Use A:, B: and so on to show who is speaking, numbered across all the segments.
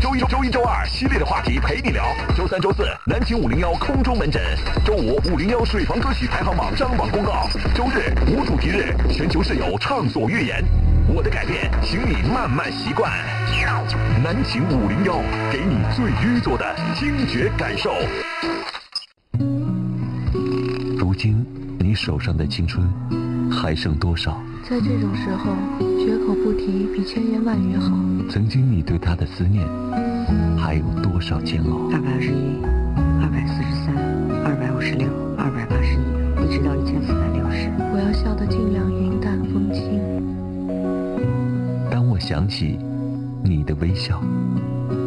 A: 周一周一周二犀利的话题陪你聊，周三周四南秦五零幺空中门诊，周五五零幺水房歌曲排行榜张榜公告，周日无主题日，全球室友畅所欲言。我的改变，请你慢慢习惯。南秦五零幺，给你最约作的听觉感受。如今，你手上的青春还剩多少？
B: 在这种时候，绝口不提比千言万语好。
A: 曾经你对他的思念，还有多少煎熬？
C: 二百二十一，二百四十三，二百五十六，二百八十一，一直到一千四百六十。
B: 我要笑得尽量云淡风轻。
A: 当我想起你的微笑，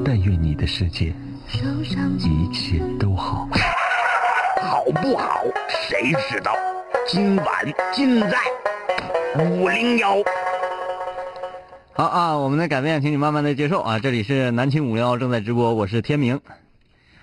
A: 但愿你的世界
B: 手上紧
A: 一切都好。
D: 好不好？谁知道？今晚尽在五零幺。
E: 好啊，我们的改变，请你慢慢的接受啊！这里是南秦五零幺正在直播，我是天明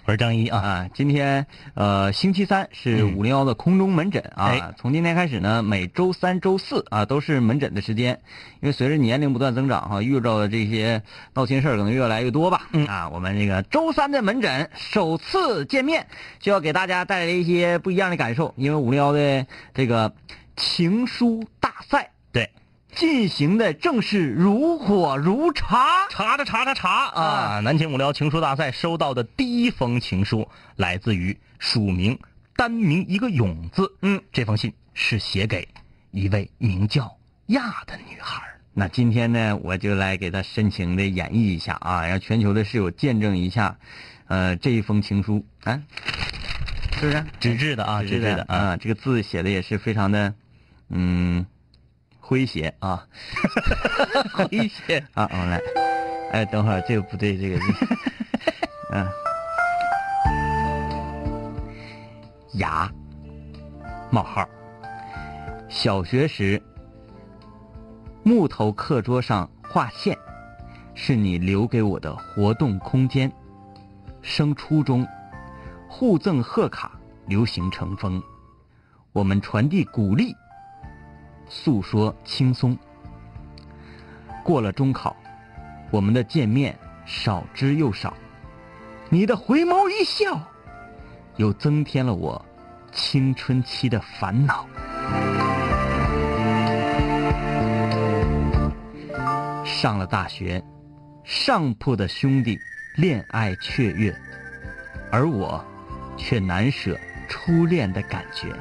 F: 我是张一啊，嗯
E: 啊。今天呃星期三是五零幺的空中门诊啊、
F: 哎
E: 从今天开始呢，每周三、周四啊都是门诊的时间，因为随着年龄不断增长哈、遇到的这些闹心事儿可能越来越多吧。
F: 嗯
E: 啊，我们这个周三的门诊首次见面，就要给大家带来一些不一样的感受，因为五零幺的这个情书大赛
F: 对，
E: 进行的正是如火如茶。
F: 查查查查查啊！南秦五聊情书大赛收到的第一封情书来自于署名单名一个“勇”字，嗯，这封信是写给一位名叫亚的女孩儿。
E: 那今天呢，我就来给他深情的演绎一下啊，让全球的室友见证一下，呃，这一封情书，啊，是不是？
F: 纸质的啊，纸质的
E: 啊，
F: 啊，
E: 这个字写的也是非常的，嗯，诙谐啊，诙谐啊，我们来，哎，等会儿这个不对，这个， 嗯、啊，牙，冒号，小学时，木头课桌上画线，是你留给我的活动空间。升初中，互赠贺卡流行成风，我们传递鼓励，诉说轻松。过了中考，我们的见面少之又少，你的回眸一笑，又增添了我青春期的烦恼。上了大学，上铺的兄弟恋爱雀跃，而我却难舍初恋的感觉。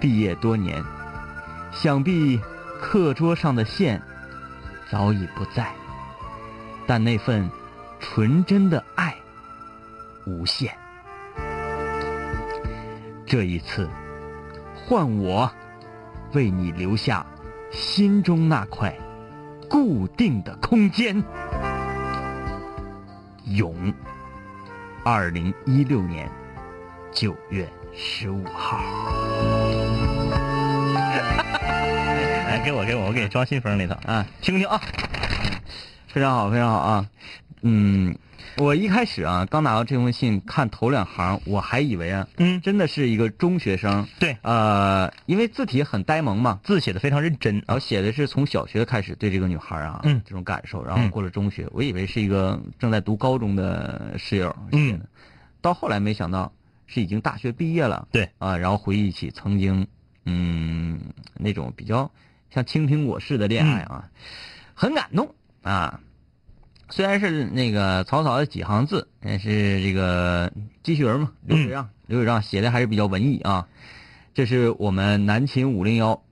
E: 毕业多年，想必课桌上的线早已不在，但那份纯真的爱无限。这一次，换我为你留下心中那块固定的空间。勇，二零一六年九月十五号。哎
F: 来给我给我，我给装信封里头啊，
E: 啊，
F: 听听啊，
E: 非常好，非常好啊。嗯，我一开始啊，刚拿到这封信，看头两行，我还以为啊，
F: 嗯
E: 真的是一个中学生。
F: 对
E: 呃，因为字体很呆萌嘛，
F: 字写的非常认真
E: 然
F: 啊
E: 后，写的是从小学开始对这个女孩啊，
F: 嗯
E: 这种感受，然后
F: 嗯
E: 过了中学，我以为是一个正在读高中的室友
F: 嗯
E: 写的，到后来没想到是已经大学毕业了，
F: 对
E: 啊，然后回忆起曾经，嗯，那种比较像青苹果式的恋爱
F: 嗯
E: 啊，很感动啊。虽然是那个草草的几行字，但是这个机器人嘛，刘水让，刘水让写的还是比较文艺啊。这是我们南秦五零幺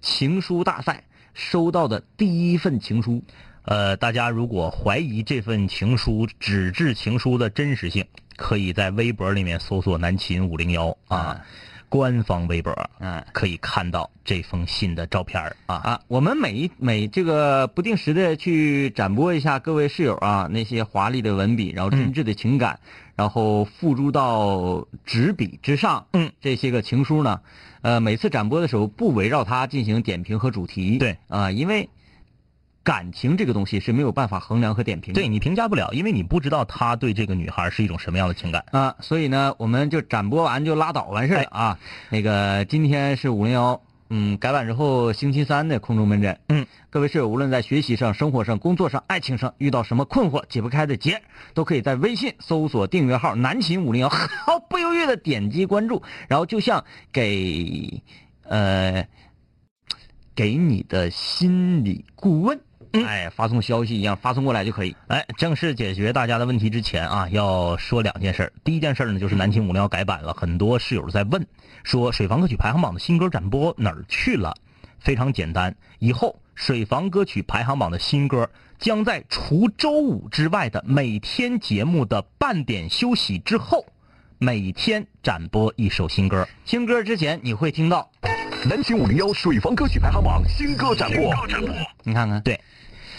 E: 情书大赛收到的第一份情书，
F: 呃，大家如果怀疑这份情书纸质情书的真实性，可以在微博里面搜索“南秦五零幺”啊
E: 啊，
F: 官方微博，
E: 嗯。
F: 可以看到这封信的照片儿啊。
E: 啊，我们每一每这个不定时的去展播一下各位室友啊那些华丽的文笔，然后真挚的情感，
F: 嗯
E: 然后付诸到纸笔之上，
F: 嗯，
E: 这些个情书呢，呃，每次展播的时候不围绕它进行点评和主题，
F: 对
E: 啊、因为感情这个东西是没有办法衡量和点评的，
F: 对你评价不了，因为你不知道他对这个女孩是一种什么样的情感。
E: 啊，所以呢，我们就展播完就拉倒完事儿了啊。那个今天是五零幺嗯，改版之后星期三的空中门诊。
A: 嗯，
E: 各位室友，无论在学习上、生活上、工作上、爱情上遇到什么困惑、解不开的结，都可以在微信搜索订阅号“南秦五零幺”，毫不犹豫的点击关注，然后就像给呃给你的心理顾问、哎发送消息一样发送过来就可以。
A: 哎，正式解决大家的问题之前啊，要说两件事儿。第一件事儿呢，就是南秦五零幺改版了，很多室友在问说水房歌曲排行榜的新歌展播哪儿去了？非常简单，以后水房歌曲排行榜的新歌将在除周五之外的每天节目的半点休息之后，每天展播一首新歌。
E: 听歌之前你会听到，
G: 南秦五零幺水房歌曲排行榜新歌展播。
E: 你看看，
A: 对，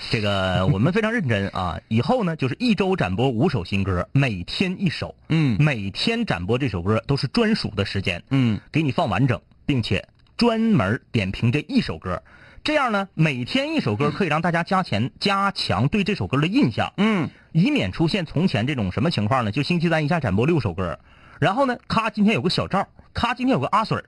A: 这个我们非常认真啊。 以后呢，就是一周展播五首新歌，每天一首。
E: 嗯
A: 每天展播这首歌都是专属的时间，
E: 嗯，
A: 给你放完整，并且专门点评这一首歌。这样呢，每天一首歌可以让大家加强加强对这首歌的印象，
E: 嗯，
A: 以免出现从前这种什么情况呢？就星期三一下展播六首歌，然后呢，咔今天有个小赵，咔今天有个阿水儿，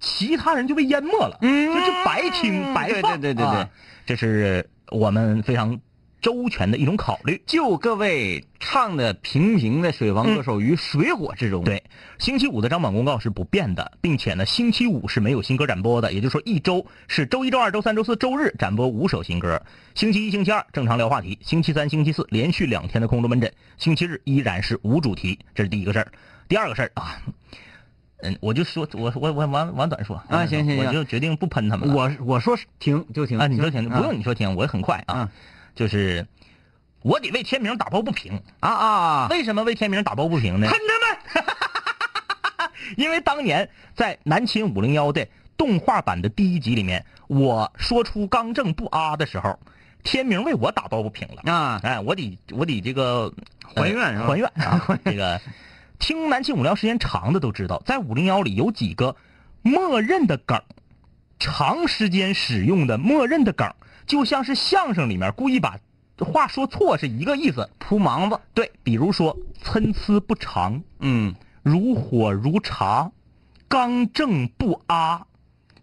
A: 其他人就被淹没了，
E: 嗯
A: 就是白听白放，
E: 对对对对对
A: 啊这是我们非常周全的一种考虑。
E: 就各位唱的平平的水房歌手于水火之中。
A: 对，星期五的张榜公告是不变的，并且呢，星期五是没有新歌展播的，也就是说一周是周一周二周三周四周日展播五首新歌，星期一星期二正常聊话题，星期三星期四连续两天的空中门诊，星期日依然是无主题，这是第一个事儿。第二个事儿啊，嗯，我就说我我我往往短说
E: 啊行行行
A: 我就决定不喷他们了。
E: 我我说停就停
A: 啊，你说停，
E: 啊
A: 不用你说停，我很快啊，
E: 啊
A: 就是我得为天明打抱不平。
E: 啊啊！
A: 为什么为天明打抱不平呢？
E: 喷
A: 他们！ 因为当年在《南秦五零幺》的动画版的第一集里面，我说出刚正不阿的时候，天明为我打抱不平了。
E: 啊
A: 哎，我得我得这个呃
E: 还愿是吧
A: 还愿 啊！这个听南秦五零幺时间长的都知道，在五零幺里有几个默认的梗，长时间使用的默认的梗，就像是相声里面故意把话说错是一个意思，
E: 铺盲子，
A: 对，比如说参差不常，
E: 嗯，
A: 如火如茶，刚正不阿，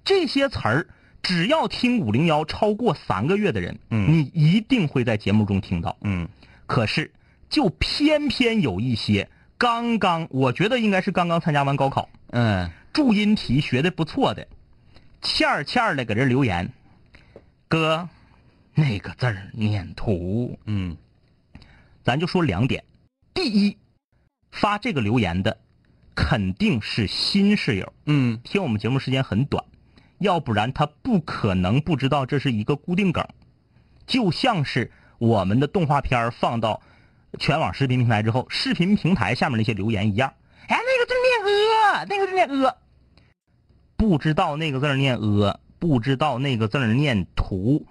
A: 这些词儿，只要听五零幺超过三个月的人，
E: 嗯
A: 你一定会在节目中听到。
E: 嗯，
A: 可是，就偏偏有一些刚刚，我觉得应该是刚刚参加完高考，
E: 嗯，
A: 注音题学的不错的，欠儿欠儿的搁这留言，哥，那个字儿念图，
E: 嗯，
A: 咱就说两点。第一，发这个留言的肯定是新室友，
E: 嗯，
A: 听我们节目时间很短，要不然他不可能不知道这是一个固定梗，就像是我们的动画片儿放到全网视频平台之后，视频平台下面那些留言一样。哎，那个字念呃，那个字念呃，不知道那个字儿念呃，不知道那个字儿念图。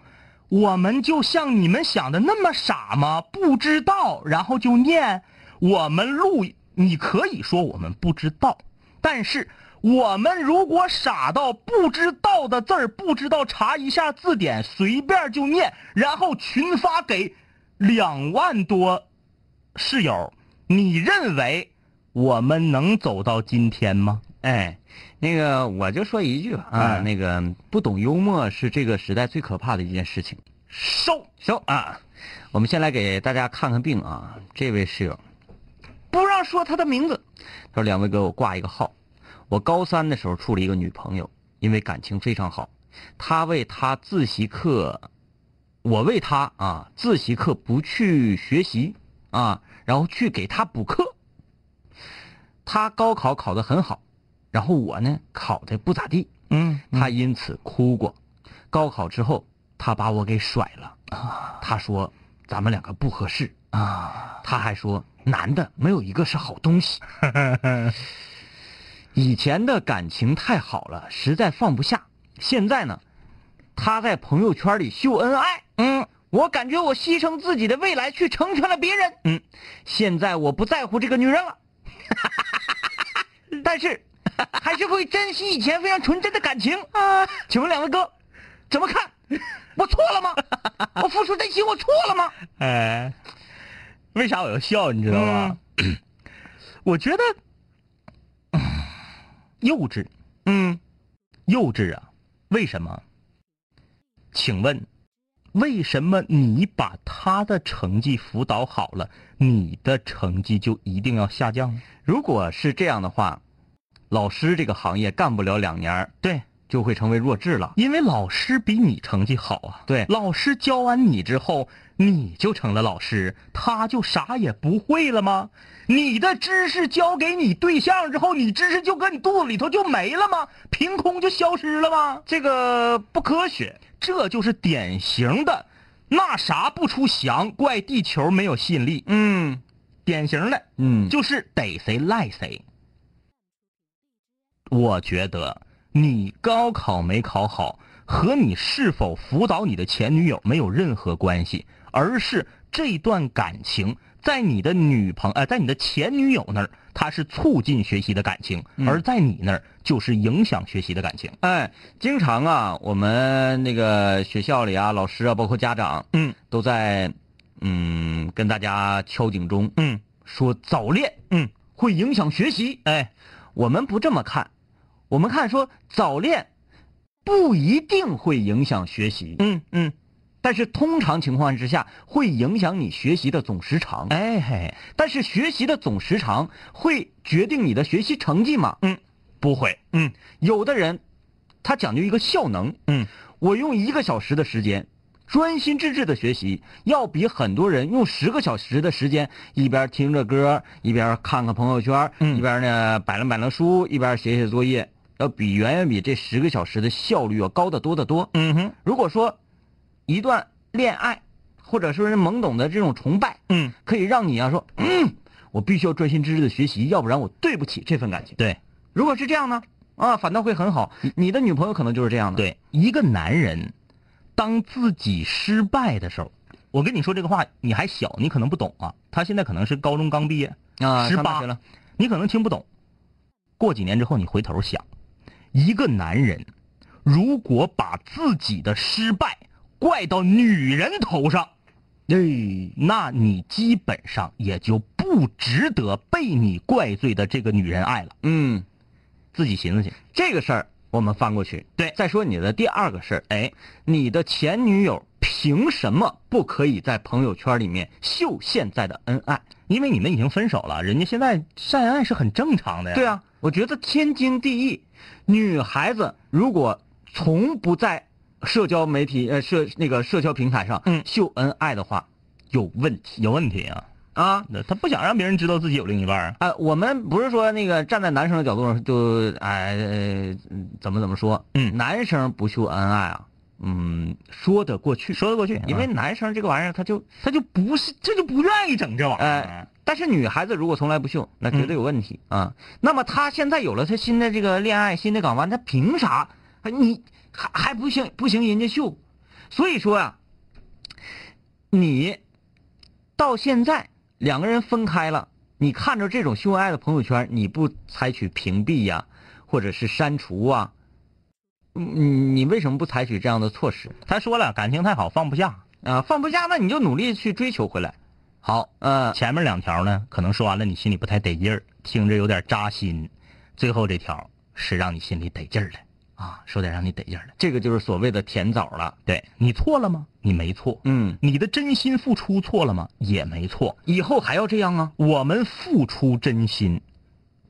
A: 我们就像你们想的那么傻吗？不知道，然后就念。我们录，你可以说我们不知道，但是我们如果傻到不知道的字儿，不知道查一下字典，随便就念，然后群发给两万多室友，你认为我们能走到今天吗？
E: 哎，那个我就说一句吧啊，
A: 哎
E: 那个不懂幽默是这个时代最可怕的一件事情。
A: 收
E: 行啊，我们先来给大家看看病啊，这位室友，
A: 不让说他的名字，
E: 他说：“两位给我挂一个号。我高三的时候处了一个女朋友，因为感情非常好，她为她自习课，我为她啊自习课不去学习啊，然后去给她补课。她高考考得很好，然后我呢考得不咋地，
A: 嗯
E: 她因此哭过。高考之后，她把我给甩了。她说咱们两个不合适。
A: 啊，
E: 她还说男的没有一个是好 东西。”以前的感情太好了，实在放不下。现在呢，他在朋友圈里秀恩爱，嗯，我感觉我牺牲自己的未来去成全了别人，嗯，现在我不在乎这个 女人了，但是 还是会珍惜以前非常纯真的感情啊。请问两位哥，怎么看？我错了吗？我付出真心，我错了 吗？
A: 哎，为啥我要笑？你知道吗？
E: 嗯
A: 我觉得嗯幼稚，嗯，幼稚啊，
E: 为什么？请问，为什么你把他的成绩辅导好了，你的成绩就一定要下降呢？
H: 如果是这样的话，老师这个行业干不了两年儿
E: 对，
H: 就会成为弱智了。
E: 因为老师比你成绩好啊。
H: 对
E: 老师教完你之后，你就成了老师，他就啥也不会了吗？你的知识交给你对象之后，你知识就跟你肚子里头就没了吗？凭空就消失了吗？这个不科学，这就是典型的那啥不出翔，怪地球没有吸引力。
H: 嗯
E: 典型的，
H: 嗯
E: 就是逮谁赖谁。我觉得你高考没考好和你是否辅导你的前女友没有任何关系，而是这段感情在你的女朋呃，在你的前女友那儿，它是促进学习的感情，
H: 嗯
E: 而在你那儿就是影响学习的感情。
H: 哎，经常啊，我们那个学校里啊，老师啊，包括家长，
E: 嗯
H: 都在嗯跟大家敲警钟，
E: 嗯
H: 说早恋
E: 嗯，
H: 会影响学习。
E: 哎，
H: 我们不这么看，我们看说早恋不一定会影响学习，
E: 嗯嗯，
H: 但是通常情况之下会影响你学习的总时长。
E: 哎嘿，
H: 但是学习的总时长会决定你的学习成绩吗？
E: 嗯，
H: 不会。
E: 嗯
H: 有的人他讲究一个效能，
E: 嗯，
H: 我用一个小时的时间专心致志的学习，要比很多人用十个小时的时间一边听着歌，一边看看朋友圈，
E: 嗯
H: 一边呢摆了摆了书，一边写写作业，要比远远比这十个小时的效率要高得多得多。
E: 嗯哼，
H: 如果说一段恋爱，或者说是懵懂的这种崇拜，
E: 嗯，
H: 可以让你啊说，嗯，我必须要专心致志的学习，要不然我对不起这份感情。
E: 对。嗯
H: 如果是这样呢，啊，反倒会很好。你的女朋友可能就是这样的。，
E: 对，一个男人，当自己失败的时候，我跟你说这个话，你还小，你可能不懂啊。他现在可能是高中刚毕业，
H: 啊，
E: 十
H: 上大
E: 八
H: 学了，，
E: 你可能听不懂。过几年之后，你回头想，一个男人如果把自己的失败怪到女人头上，
H: 对，
E: 那你基本上也就不值得被你怪罪的这个女人爱了。
H: 嗯，
E: 自己寻思去。
H: 这个事儿我们翻过去。
E: 对
H: 再说你的第二个事儿，哎，你的前女友凭什么不可以在朋友圈里面秀现在的恩爱？
E: 因为你们已经分手了，人家现在晒恩爱是很正常的呀。
H: 对啊，我觉得天经地义。女孩子如果从不在社交媒体呃社那个社交平台上
E: 嗯
H: 秀恩爱的话，有问题
E: 有问题啊。
H: 啊。
E: 那他不想让别人知道自己有另一半啊。
H: 啊，我们不是说那个站在男生的角度上就哎、呃怎么怎么说？
E: 嗯
H: 男生不秀恩爱啊，嗯，说得过去，
E: 说得过去
H: 因为
E: 啊
H: 男生这个玩意儿他就
E: 他就不是，他就不愿意整这玩意儿
H: 哎
E: 啊。，
H: 但是女孩子如果从来不秀，那
E: 嗯
H: 绝对有问题、啊。那么她现在有了她新的这个恋爱新的港湾，她凭啥还你还还不行不行人家秀？所以说啊，你到现在两个人分开了，你看着这种秀恩爱的朋友圈，你不采取屏蔽呀、或者是删除啊？嗯，你为什么不采取这样的措施？
E: 他说了，感情太好放不下。
H: 啊，放不下，那你就努力去追求回来。好，嗯、
E: 前面两条呢，可能说完了你心里不太得劲儿，听着有点扎心。最后这条是让你心里得劲儿的啊，说点让你得劲儿的。
H: 这个就是所谓的甜枣了。
E: 对你错了吗？你没错。
H: 嗯，
E: 你的真心付出错了吗？也没错。
H: 以后还要这样啊？
E: 我们付出真心，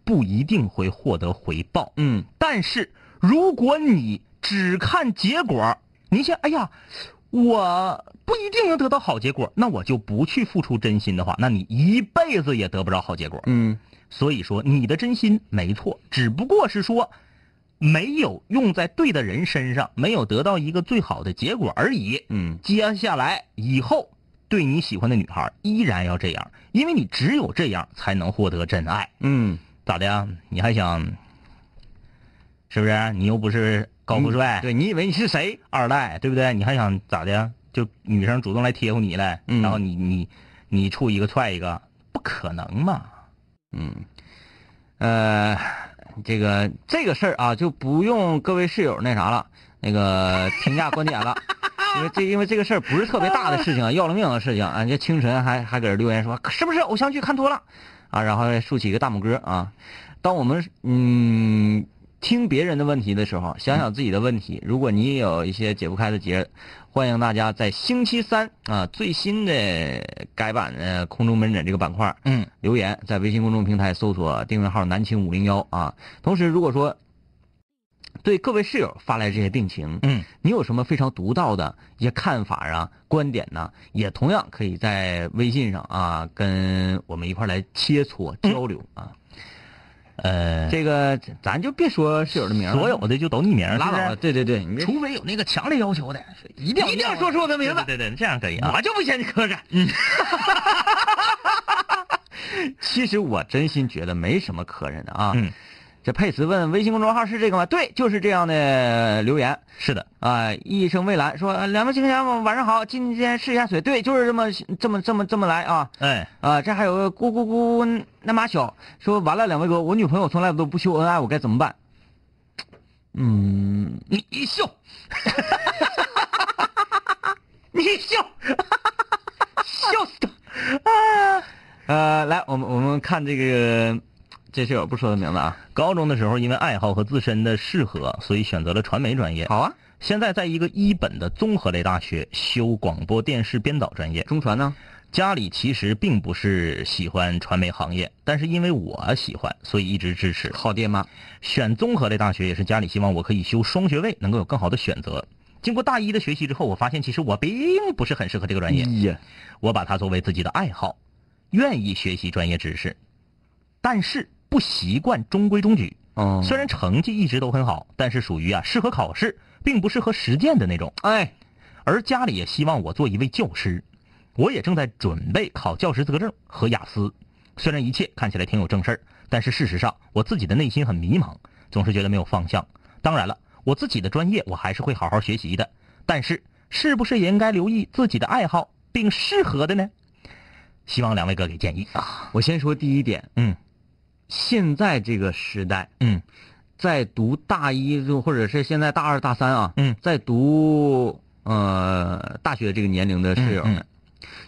E: 不一定会获得回报。
H: 嗯，
E: 但是如果你只看结果，你想，哎呀，我不一定能得到好结果，那我就不去付出真心的话，那你一辈子也得不着好结果。
H: 嗯，
E: 所以说，你的真心没错，只不过是说没有用在对的人身上，没有得到一个最好的结果而已。
H: 嗯，
E: 接下来以后对你喜欢的女孩依然要这样，因为你只有这样才能获得真爱。
H: 嗯，
E: 咋的呀？你还想，是不是？你又不是高富帅，
H: 嗯对你以为你是谁？
E: 二代，对不对？你还想咋的呀？就女生主动来贴乎你来，
H: 嗯
E: 然后你你你处一个踹一个，不可能嘛？
H: 嗯呃，这个这个事儿啊，就不用各位室友那啥了，那个评价观点了。 因为这因为这个事儿不是特别大的事情啊，要了命的事情啊！这清晨还还搁这留言说是不是偶像剧看多了啊？然后还竖起一个大拇哥啊！当我们嗯听别人的问题的时候，想想自己的问题。如果你也有一些解不开的结，欢迎大家在星期三啊最新的改版的空中门诊这个板块，
E: 嗯，
H: 留言在微信公众平台搜索订阅号“南秦五零幺”啊。同时，如果说对各位室友发来这些病情，
E: 嗯，
H: 你有什么非常独到的一些看法啊、观点呐，也同样可以在微信上啊跟我们一块儿来切磋交流啊。
E: 呃，
H: 这个咱就别说室友的名儿了，
E: 所有的就都匿名，
H: 拉倒
E: 是
H: 吧。
E: 不
H: 对对对，你
E: 是
H: 别
E: 除非有那个强烈要求的，一定
H: 一定要说出我的名字
E: 对对，对这样可以啊。
H: 我就不嫌你磕碜。其实我真心觉得没什么磕碜的啊。
E: 嗯，
H: 这佩慈问微信公众号是这个吗？对，就是这样的留言
E: 是的，
H: 啊、一生蔚蓝说：“呃两位青年晚上好，今天试一下水，对，就是这么这么这么这么来啊。”
E: 哎，
H: 啊，这还有个咕咕咕那马小说完了，两位哥，我女朋友从来都不秀恩爱，我该怎么办？嗯，
E: 你一笑， 你一笑，笑死他。啊
H: 呃，来，我们我们看这个，这室友不说他名字啊，
E: 高中的时候，因为爱好和自身的适合，所以选择了传媒专业。
H: 好啊，
E: 现在在一个一本的综合类大学修广播电视编导专业。
H: 中传呢？
E: 家里其实并不是喜欢传媒行业，但是因为我喜欢，所以一直支持。
H: 好爹妈，
E: 选综合类大学也是家里希望我可以修双学位，能够有更好的选择。经过大一的学习之后，我发现其实我并不是很适合这个专业。
H: 哎呀，
E: 我把它作为自己的爱好，愿意学习专业知识，但是不习惯中规中矩。
H: 哦，
E: 虽然成绩一直都很好，但是属于啊适合考试，并不适合实践的那种。
H: 哎，
E: 而家里也希望我做一位教师，我也正在准备考教师资格证和雅思。虽然一切看起来挺有正事儿，但是事实上我自己的内心很迷茫，总是觉得没有方向。当然了，我自己的专业我还是会好好学习的，但是是不是也应该留意自己的爱好并适合的呢？希望两位哥给建议啊。
H: 我先说第一点，
E: 嗯
H: 现在这个时代，
E: 嗯
H: 在读大一就或者是现在大二大三啊，
E: 嗯
H: 在读呃大学这个年龄的室友们，
E: 嗯嗯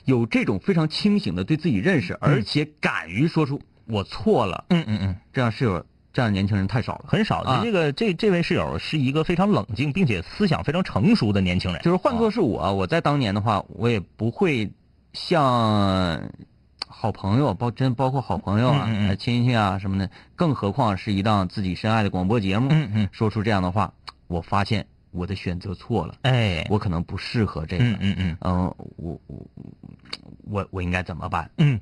H: 有这种非常清醒的对自己认识，而且敢于说出我错了，
E: 嗯嗯嗯，
H: 这样室友这样的年轻人太少了。
E: 很少。
H: 啊
E: 这个这这位室友是一个非常冷静并且思想非常成熟的年轻人，
H: 就是换做是我，我在当年的话，我也不会像好朋友，包真包括好朋友啊、
E: 嗯嗯嗯
H: 亲戚啊什么的，更何况是一档自己深爱的广播节目，
E: 嗯嗯，
H: 说出这样的话，我发现我的选择错了，
E: 哎，
H: 我可能不适合这个，
E: 嗯嗯嗯
H: 嗯我我我我应该怎么办？
E: 嗯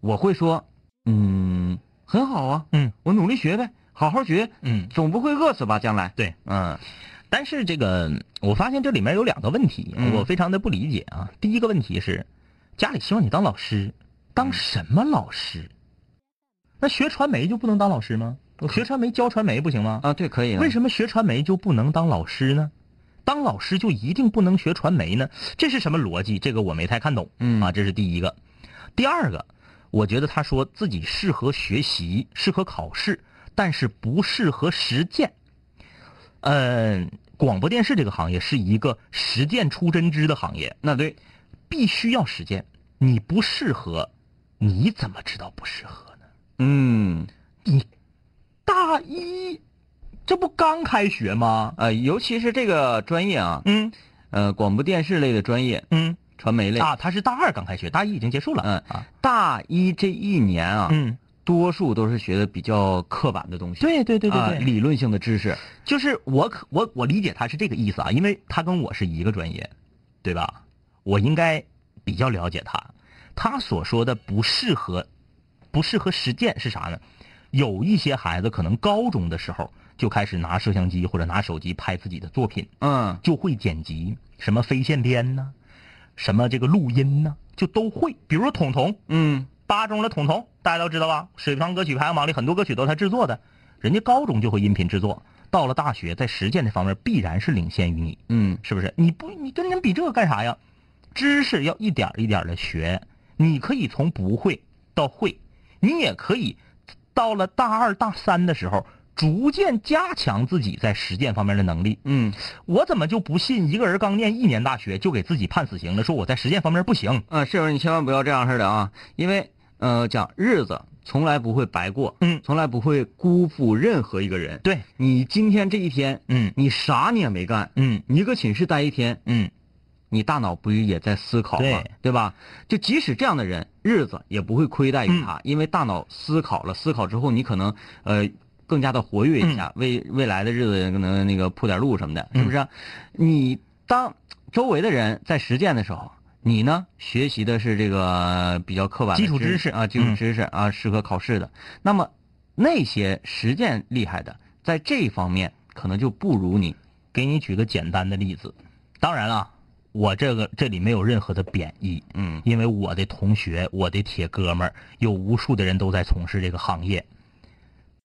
H: 我会说，嗯，很好啊，
E: 嗯，
H: 我努力学呗，好好学，
E: 嗯，
H: 总不会饿死吧？将来，
E: 对，
H: 嗯，
E: 但是这个我发现这里面有两个问题，
H: 嗯
E: 我非常的不理解啊。第一个问题是，家里希望你当老师，
H: 嗯
E: 当什么老师？那学传媒就不能当老师吗？学传媒教传媒不行吗？
H: 啊，对，可以了，
E: 为什么学传媒就不能当老师呢？当老师就一定不能学传媒呢？这是什么逻辑？这个我没太看懂。
H: 嗯
E: 啊，这是第一个。第二个，我觉得他说自己适合学习，适合考试，但是不适合实践。嗯，广播电视这个行业是一个实践出真知的行业，
H: 那对，
E: 必须要实践。你不适合，你怎么知道不适合呢？
H: 嗯。
E: 大一，这不刚开学吗？
H: 呃，尤其是这个专业啊，
E: 嗯
H: 呃，广播电视类的专业，
E: 嗯。
H: 传媒类，
E: 啊，他是大二刚开学，大一已经结束了。
H: 嗯
E: 啊，
H: 大一这一年啊，
E: 嗯，
H: 多数都是学的比较刻板的东西，
E: 对对对对
H: 啊
E: 对，
H: 理论性的知识，
E: 就是我可我我理解他是这个意思啊，因为他跟我是一个专业，对吧？我应该比较了解他，他所说的不适合，不适合实践是啥呢？有一些孩子可能高中的时候就开始拿摄像机或者拿手机拍自己的作品，
H: 嗯，
E: 就会剪辑，什么非线编呐、什么这个录音呐、就都会。比如说彤彤，
H: 嗯，
E: 八中的彤彤，大家都知道吧？水房歌曲排行榜里很多歌曲都是他制作的，人家高中就会音频制作，到了大学在实践这方面必然是领先于你，
H: 嗯，
E: 是不是？你不，你跟人比这个干啥呀？知识要一点儿一点的学，你可以从不会到会，你也可以到了大二大三的时候，逐渐加强自己在实践方面的能力。
H: 嗯，
E: 我怎么就不信一个人刚念一
H: 呃
E: 年大学就给自己判死刑了？说我在实践方面不行。
H: 啊，室友你千万不要这样式的啊，因为呃，讲日子从来不会白过，
E: 嗯
H: 从来不会辜负任何一个人。
E: 对，
H: 你今天这一天，
E: 嗯
H: 你啥你也没干，
E: 嗯
H: 你搁寝室待一天，
E: 嗯，
H: 你大脑不也在思考吗？
E: 对
H: 吧？就即使这样的人，日子也不会亏待
E: 嗯
H: 于他，因为大脑思考了，思考之后，你可能呃更加的活跃
E: 嗯
H: 一下，为未来的日子可能那个铺点路什么的，是不是
E: 嗯
H: 啊？你当周围的人在实践的时候。你呢？学习的是这个比较刻板的
E: 基础知识
H: 啊，基础
E: 嗯
H: 知识啊，适合考试的。那么那些实践厉害的，在这一方面可能就不如你。
E: 给你举个简单的例子。当然啊，我这个这里没有任何的贬义，
H: 嗯
E: 因为我的同学、我的铁哥们儿，有无数的人都在从事这个行业。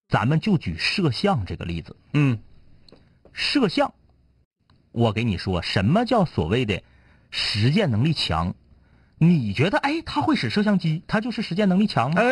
E: 咱们就举摄像这个例子，
H: 嗯，
E: 摄像，我给你说，什么叫所谓的实践能力强？你觉得，哎，他会使摄像机，他就是实践能力强吗？
H: 哎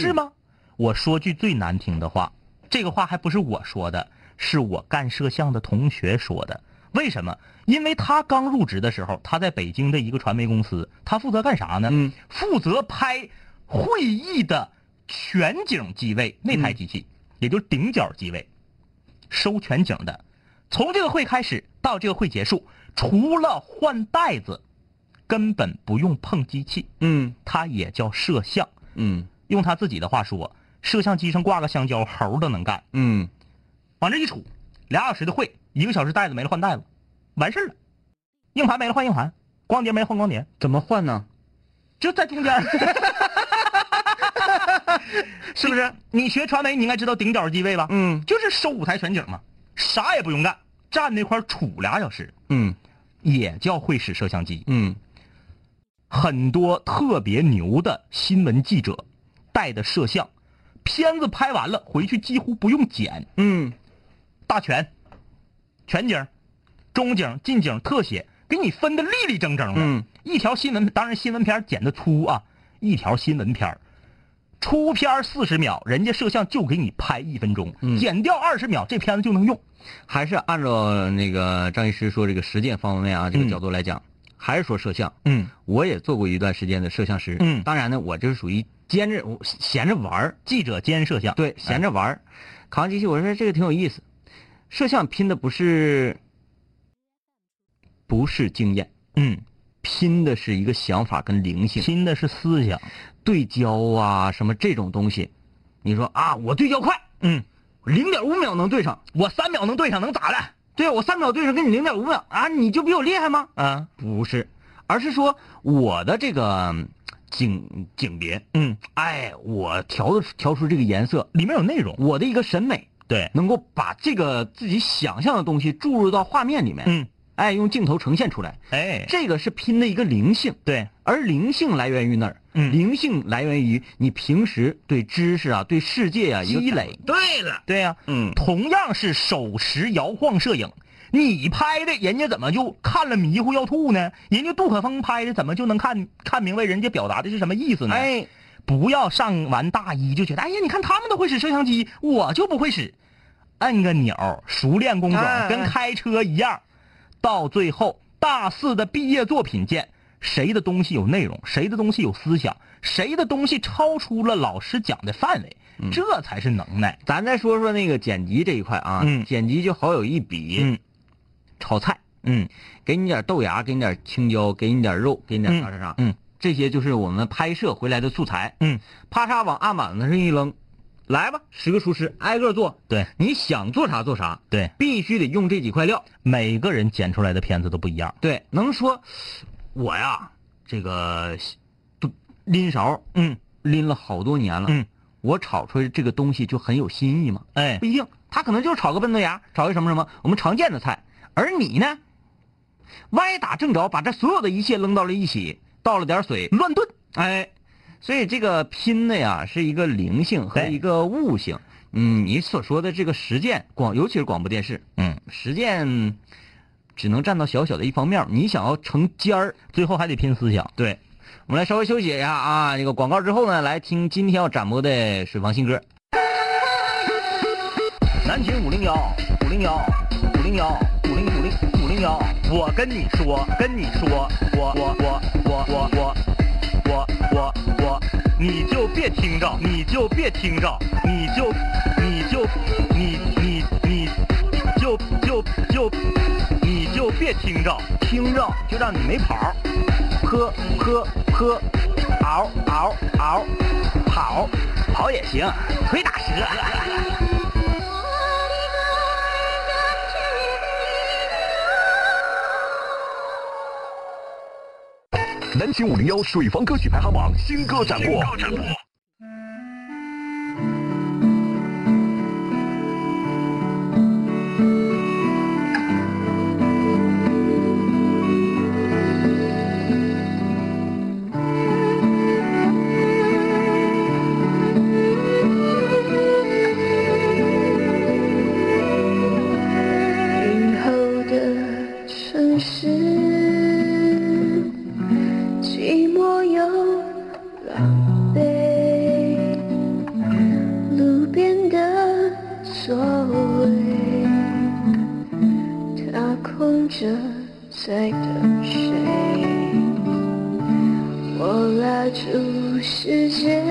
E: 是吗？我说句最难听的话，这个话还不是我说的，是我干摄像的同学说的。为什么？因为他刚入职的时候，他在北京的一个传媒公司，他负责干啥呢？
H: 嗯，
E: 负责拍会议的全景机位那台机
H: 嗯
E: 器，也就是顶角机位，收全景的。从这个会开始到这个会结束，除了换袋子，根本不用碰机器，
H: 嗯
E: 它也叫摄像。
H: 嗯
E: 用他自己的话说，摄像机上挂个香蕉，猴儿都能干。
H: 嗯
E: 往这一杵，俩小时的会，一个小时袋子没了换袋子，完事儿了。硬盘没了换硬盘，光碟没了换光碟，
H: 怎么换呢？
E: 就在中间 儿。是不是？你学传媒，你应该知道顶角机位吧？
H: 嗯
E: 就是收舞台全景嘛，啥也不用干，站那块儿杵俩小时，
H: 嗯
E: 也叫会使摄像机。
H: 嗯
E: 很多特别牛的新闻记者带的摄像，片子拍完了回去几乎不用剪，
H: 嗯
E: 大全、全景、中景、近景、特写，给你分的立立正正的。
H: 嗯
E: 一条新闻，当然新闻片儿剪的粗啊，一条新闻片儿出片四十秒，人家摄像就给你拍一分钟，
H: 嗯
E: 剪掉二十秒，这片子就能用。
H: 还是按照呃那个张医师说这个实践方面啊，这个
E: 嗯
H: 角度来讲，还是说摄像。
E: 嗯
H: 我也做过一段时间的摄像师。
E: 嗯
H: 当然呢，我就是属于兼着我闲着玩儿，
E: 记者兼摄像，
H: 对，闲着玩儿，扛机器。我说这个挺有意思。摄像拼的不是不是经验，
E: 嗯，
H: 拼的是一个想法跟灵性。
E: 新的是思想，
H: 对焦啊，什么这种东西，你说啊，我对焦快，
E: 嗯，
H: 零点五秒能对上，
E: 我三秒能对上，能咋的？
H: 对啊我三秒对上跟你零点五秒啊，你就比我厉害吗？
E: 啊，
H: 不是，而是说我的这个嗯景景别，
E: 嗯，
H: 哎，我调的调出这个颜色，
E: 里面有内容，
H: 我的一个审美
E: 对，
H: 能够把这个自己想象的东西注入到画面里面，
E: 嗯，
H: 哎，用镜头呈现出来，
E: 哎，
H: 这个是拼的一个灵性。
E: 对，
H: 而灵性来源于哪儿？
E: 嗯
H: 灵性来源于你平时对知识啊、对世界啊一个
E: 积累
H: 感。
E: 对了，对呀、
H: 嗯
E: 同样是手持摇晃摄影，你拍的人家怎么就看了迷糊要吐呢？人家杜可风拍的怎么就能看看明白人家表达的是什么意思呢？，
H: 哎，
E: 不要上完大一就觉得，哎呀，你看他们都会使摄像机，我就不会使。按个钮，熟练工种
H: 哎哎
E: 跟开车一样，到最后大四的毕业作品见，谁的东西有内容，谁的东西有思想，谁的东西超出了老师讲的范围，这才是能耐。
H: 咱再说说那个剪辑这一块啊，
E: 嗯
H: 剪辑就好有一比，
E: 嗯
H: 炒菜，
E: 嗯
H: 给你点豆芽，给你点青椒，给你点肉，给你点啥啥啥，
E: 嗯，
H: 这些就是我们拍摄回来的素材，
E: 嗯，
H: 啪嚓往案板子上一扔，来吧，十个厨师挨个做，
E: 对
H: 你想做啥做啥，
E: 对，
H: 必须得用这几块料，
E: 每个人剪出来的片子都不一样。
H: 对，能说我呀，这个都呃拎勺
E: 嗯
H: 拎了好多年了，
E: 嗯，
H: 我炒出来这个东西就很有新意嘛。
E: 哎
H: 不，一定，他可能就是炒个笨豆芽，炒个什么什么我们常见的菜，而你呢，歪打正着，把这所有的一切扔到了一起，倒了点水，
E: 乱炖。
H: 哎，所以这个拼的呀是一个灵性和
E: 对
H: 一个悟性。嗯，你所说的这个实践广，尤其是广播电视，
E: 嗯，
H: 实践只能占到小小的一方面儿，你想要成尖儿，
E: 最后还得拼思想。
H: 对，我们来稍微休息一下啊，这个广告之后呢，来听今天要展播的水房新歌。
E: 南秦五零幺五零幺五零幺五零五零五零幺，我跟你说，跟你说，我我我我我我我我我，你就别听着，你就别听着，你就你就你你你就就就你就别听着，听着就让你没跑儿，喝喝喝，嗷嗷嗷，跑跑也行，腿打折。
A: 南秦五零幺水房歌曲排行榜新歌展播。
B: 云后的城市，寂寞又狼狈，路边的座位，它空着，在等谁？我拉住时间，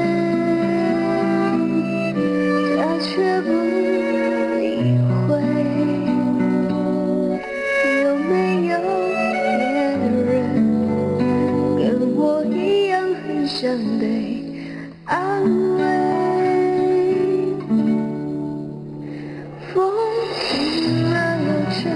B: 它却不理会。有没有别人跟我一样很想被安慰？风停了又吹，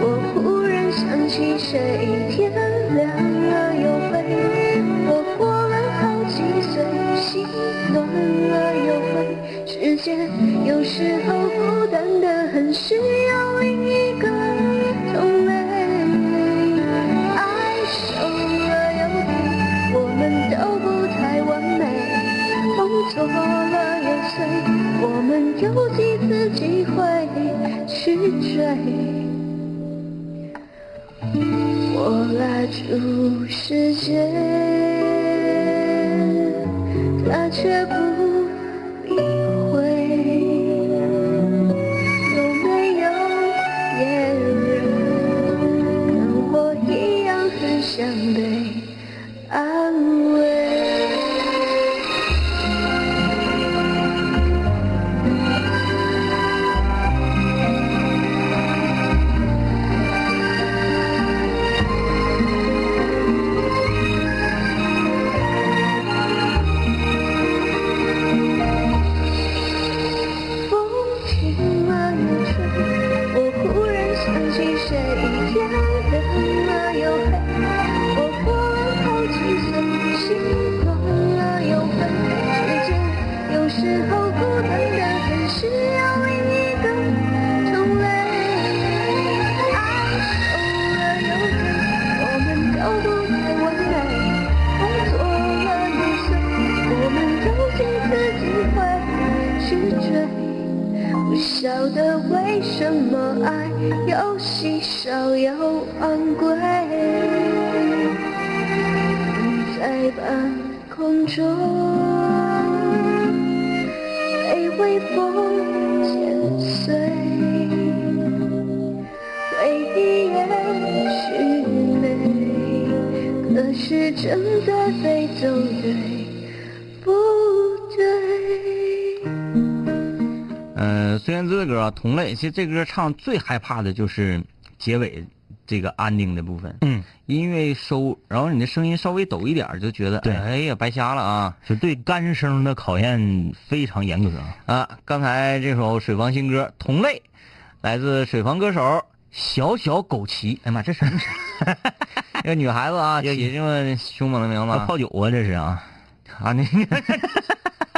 B: 我忽然想起谁？天亮了又黑，我过了好几岁，心暖了又灰。世界有时候孤单的很，需要另一个同类。爱受了又苦，我们都不太完美。梦错了又碎，我们有几次机会去追？我拉住时间，它却不理会。有没有别人跟我一样很想被安慰？风停了又吹，我忽然想起谁？天亮了又黑，我过了好几岁，心乱了又飞。世界有时候孤单的很，需要另一个同类。爱受了又给，我们都不太完美，爱错了又碎，我们有几次机会去追？不晓得为什么爱又稀少又昂贵，在半空中被微风剪碎，回忆也许美，可是正在飞走，对不对？
E: 呃，孙燕姿的歌啊，同类，其实这歌唱最害怕的就是结尾这个安定的部分，
H: 嗯，
E: 音乐一收，然后你的声音稍微抖一点儿，就觉得
H: 对
E: 哎呀白瞎了啊
H: 就对干声的考验非常严格。
E: 啊！刚才这首水房新歌《同类》，来自水房歌手小小枸杞，
H: 哎呀妈，这什么
E: 那个女孩子啊，
H: 也
E: 起这么凶猛的名字，
H: 泡酒啊？这是啊？
E: 啊， 那个，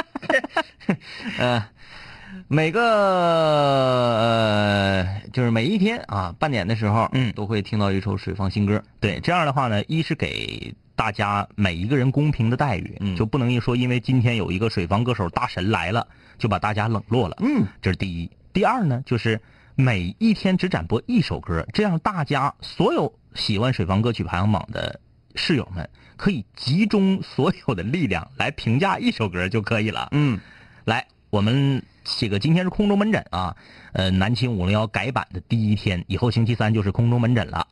E: 呃，每个呃，就是每一天啊，半点的时候，
H: 嗯
E: 都会听到一首水房新歌。
H: 对，这样的话呢，一是给大家每一个人公平的待遇，
E: 嗯
H: 就不能一说因为今天有一个水房歌手大神来了，就把大家冷落了，
E: 嗯，
H: 这是第一。第二呢，就是每一天只展播一首歌，这样大家所有喜欢水房歌曲排行榜的室友们，可以集中所有的力量来评价一首歌就可以了。
E: 嗯，
H: 来，我们这个今天是空中门诊啊，呃，南青五零幺改版的第一天，以后星期三就是空中门诊了。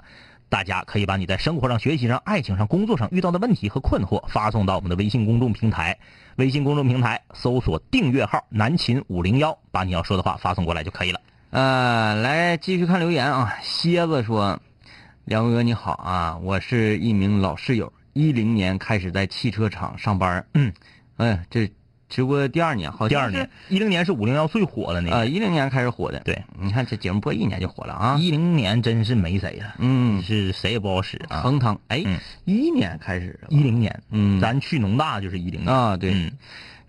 E: 大家可以把你在生活上、学习上、爱情上、工作上遇到的问题和困惑发送到我们的微信公众平台。微信公众平台搜索订阅号“南秦五零幺”，把你要说的话发送过来就可以了。
H: 呃，来继续看留言啊。蝎子说：“梁文哥你好啊，我是一名老室友，一零年开始在汽车厂上班儿，嗯，哎，这直播第二年，好
E: 第
H: 像
E: 二
H: 是
E: 年，一零年是五零幺最火的那
H: 呃，
E: 个，
H: 一零年开始火的。
E: 对，
H: 你看这节目播一年就火了啊。
E: 一零年真是没谁了，
H: 嗯，
E: 是谁也不好使啊。
H: 恒汤，哎
E: 嗯，
H: 一一年开始
E: 一零年，
H: 嗯
E: 咱去农大就是一零年。
H: 啊，对，
E: 嗯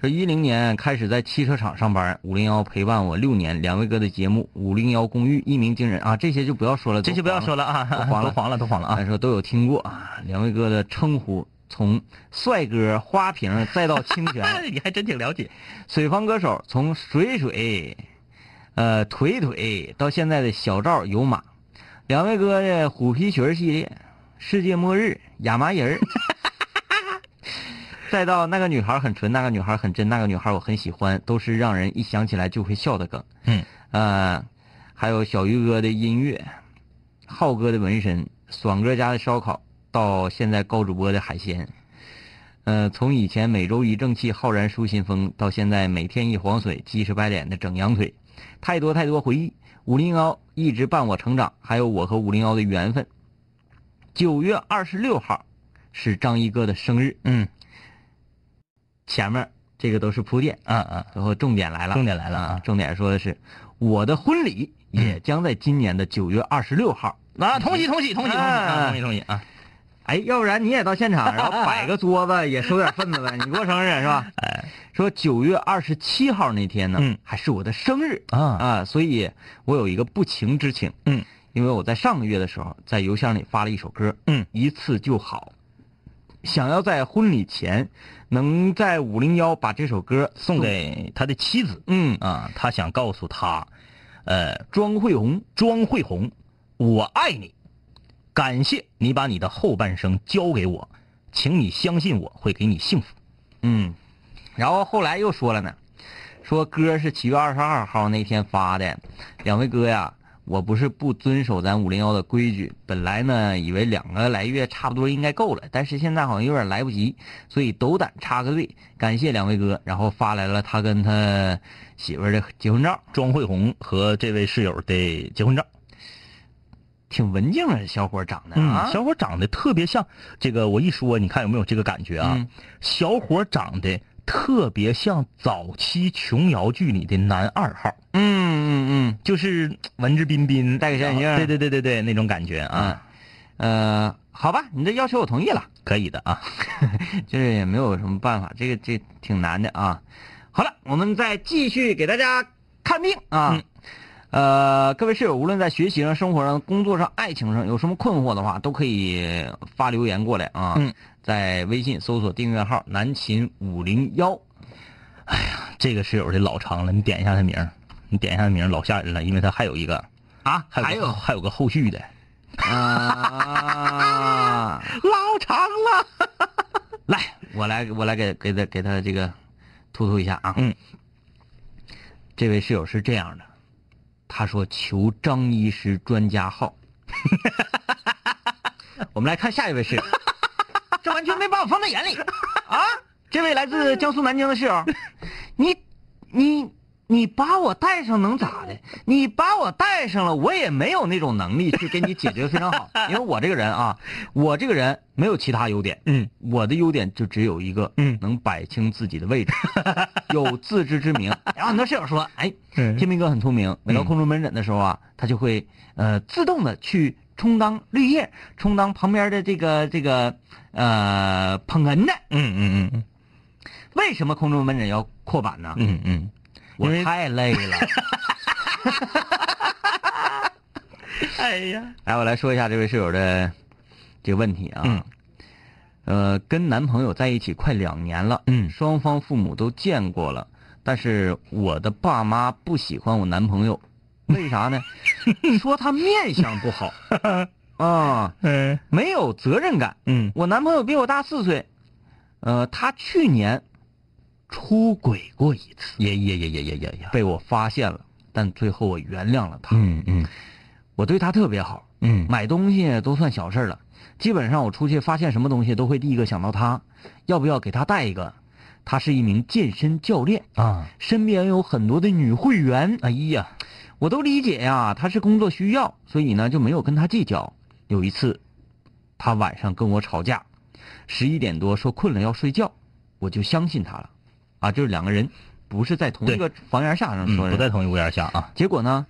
H: 说一零年开始在汽车厂上班，五零幺陪伴我六年，两位哥的节目《五零幺公寓》一鸣惊人啊，这些就不要说了，
E: 这些不要说了啊，
H: 都
E: 都
H: 黄了
E: 黄了，都黄了
H: 啊，
E: 啊。
H: 说都有听过啊，两位哥的称呼从帅哥、花瓶再到清泉，
E: 你还真挺了解，
H: 水房歌手从水水，呃腿腿到现在的小赵有马，两位哥的虎皮裙儿系列，世界末日亚麻仁儿。再到那个女孩很纯，那个女孩很真，那个女孩我很喜欢，都是让人一想起来就会笑的梗。
E: 嗯，
H: 呃，还有小鱼哥的音乐，浩哥的纹身，爽哥家的烧烤，到现在高主播的海鲜。呃，从以前每周一正气浩然舒心风，到现在每天一黄水，鸡翅白脸的整羊腿，太多太多回忆。五零幺一直伴我成长，还有我和五零幺的缘分。九月二十六号是张一哥的生日，
E: 嗯
H: 前面这个都是铺垫，
E: 嗯嗯，
H: 然后重点来了，
E: 重点来了啊
H: 重点说的是我的婚礼也将在今年的九月二十六号。
E: 嗯
H: 嗯
E: 啊，同喜同喜同喜同喜啊，同喜同喜啊！
H: 哎，要不然你也到 现场，然后摆个桌子也收点份子呗。你过生日是吧？哎，说九月二十七号那天呢，
E: 嗯
H: 还是我的生日
E: 啊
H: 啊，所以我有一个不情之请，
E: 嗯，
H: 因为我在上个月的时候在邮箱里发了一首歌，
E: 嗯，
H: 一次就好。想要在婚礼前能在五零幺把这首歌
E: 送给他的妻子
H: 嗯
E: 啊，他想告诉他，呃，
H: 庄慧红
E: 庄慧红，我爱你，感谢你把你的后半生交给我，请你相信我会给你幸福。
H: 嗯，然后后来又说了呢，说歌是七月二十二号那天发的，两位哥呀，我不是不遵守咱五零幺的规矩，本来呢以为两个来月差不多应该够了，但是现在好像有点来不及，所以斗胆插个队，感谢两位哥，然后发来了他跟他媳妇儿的结婚照，
E: 庄慧红和这位室友的结婚照，
H: 挺文静的小伙长得啊
E: 嗯，，小伙长得特别像这个，我一说你看有没有这个感觉啊？
H: 嗯
E: 小伙长得特别像早期琼瑶剧里的男二号，
H: 嗯嗯嗯，
E: 就是文质彬彬，
H: 戴个小眼镜
E: 然后对对对对对，那种感觉啊，
H: 呃，好吧，你这要求我同意了。
E: 可以的啊。
H: 这也没有什么办法，这个这挺难的啊。好了，我们再继续给大家看病啊。
E: 嗯
H: 呃，各位室友，无论在学习上、生活上、工作上、爱情上有什么困惑的话，都可以发留言过来啊。
E: 嗯，
H: 在微信搜索订阅号“南秦五零幺
E: 这个室友的老长了，你点一下他名儿，你点一下他名儿老吓人了，因为他还有一个，”
H: 啊，
E: 还有个还有个后续的，
H: 啊，
E: 老长了。
H: 来，我来我来给给他给他这个突突一下啊。
E: 嗯，
H: 这位室友是这样的，他说求张医师专 家号。我们来看下一位室友，这完全没把我放在眼里啊！这位来自江苏南京的室 友，你你你把我带上能咋的？你把我带上了，我也没有那种能力去给你解决非 常好，因为我这个人啊，我这个人没有其他优点，
E: 嗯，
H: 我的优点就只有一个，
E: 嗯
H: 能摆清自己的位置，有自知之明。然后很多室友说，哎，
E: 嗯
H: 天明哥很聪明，每到
E: 嗯
H: 空中门诊的时候啊，他就会呃自动的去充当绿叶，充当旁边的这个这个呃捧哏的。
E: 嗯嗯嗯
H: 为什么空中门诊要扩版呢？
E: 嗯嗯
H: 我
E: 因为
H: 太累了。
E: 嗯， 哎呀，
H: 来，我来说一下这位室友的这个问题啊。
E: 嗯
H: 呃，跟男朋友在一起快两年了，
E: 嗯
H: 双方父母都见过了，但是我的爸妈不喜欢我男朋友，为 啥呢？说他面相不好啊，
E: 嗯
H: 没有责任感。
E: 嗯
H: 我男朋友比我大四岁，呃，他去年出轨过一次，
E: 也也也也也也也，
H: 被我发现了，但最后我原谅了他。
E: 嗯嗯
H: 我对他特别好，
E: 嗯
H: 买东西都算小事儿了。基本上我出去发现什么东西都会第一个想到他，要不要给他带一个？他是一名健身教练，
E: 啊，
H: 身边有很多的女会员，
E: 哎呀，
H: 我都理解呀，他是工作需要，所以呢就没有跟他计较。有一次，他晚上跟我吵架，十一点多说困了要睡觉，我就相信他了。啊，就是两个人不是在同一
E: 对
H: 个房檐下上
E: 嗯，
H: 说的、
E: 不在同一屋檐下啊，
H: 结果呢，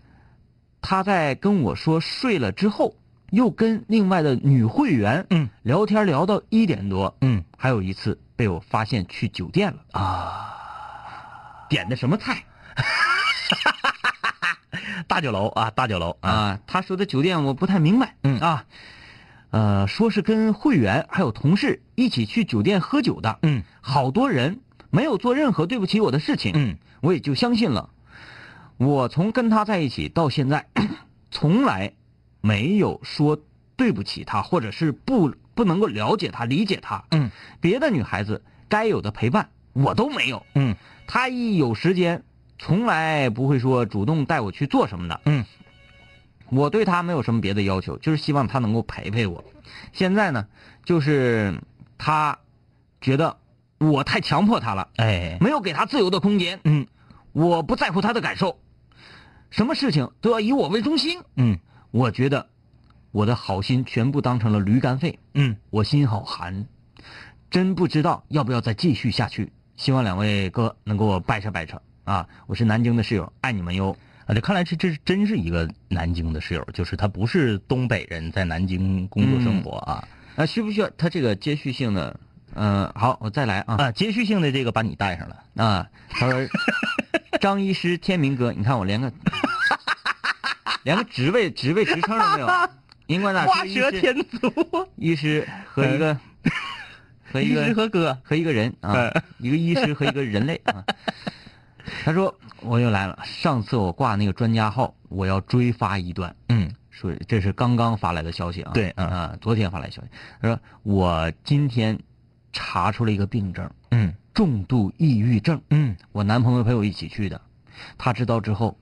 H: 他在跟我说睡了之后，又跟另外的女会员
E: 嗯
H: 聊天聊到一点多，
E: 嗯
H: 还有一次被我发现去酒店了啊，
E: 啊
H: 点的什么菜
E: 大酒楼啊，大酒楼啊，
H: 啊？他说的酒店我不太明白，
E: 嗯
H: 啊，呃，说是跟会员还有同事一起去酒店喝酒的，
E: 嗯
H: 好多人没有做任何对不起我的事情，
E: 嗯，
H: 我也就相信了。我从跟他在一起到现在， 从来没有说对不起他，或者是不不能够了解他、理解他。
E: 嗯，
H: 别的女孩子该有的陪伴我都没有。
E: 嗯，
H: 他一有时间，从来不会说主动带我去做什么的。
E: 嗯，
H: 我对他没有什么别的要求，就是希望他能够陪陪我。现在呢，就是他觉得我太强迫他了。
E: 哎，
H: 没有给他自由的空间。
E: 嗯，
H: 我不在乎他的感受，什么事情都要以我为中心。
E: 嗯
H: 我觉得我的好心全部当成了驴肝肺，
E: 嗯，
H: 我心好寒，真不知道要不要再继续下去。希望两位哥能给我掰扯掰扯啊！我是南京的室友，爱你们哟。
E: 啊，这看来是这是真是一个南京的室友，就是他不是东北人，在南京工作生活啊、
H: 啊，需不需要他这个接续性的？嗯，好，我再来啊。
E: 啊，接续性的这个把你带上了，
H: 啊，他说张医师天明哥，你看我连个 连个职位职位职称都没有，英冠大
E: 画
H: 师医
E: 蛇
H: 师
E: 添足，
H: 医师和一个、和 一
E: 医师
H: 个
E: 和哥，嗯
H: 和一个人啊，一个医师和一个人类啊。他说我又来了，上次我挂那个专家号，我要追发一段，
E: 嗯
H: 说这是刚刚发来的消息啊，
E: 对嗯
H: 啊，昨天发来的消息，他说我今天查出了一个病症，
E: 嗯
H: 重度抑郁症。
E: 嗯
H: 我男朋友陪我一起去的，他知道之后，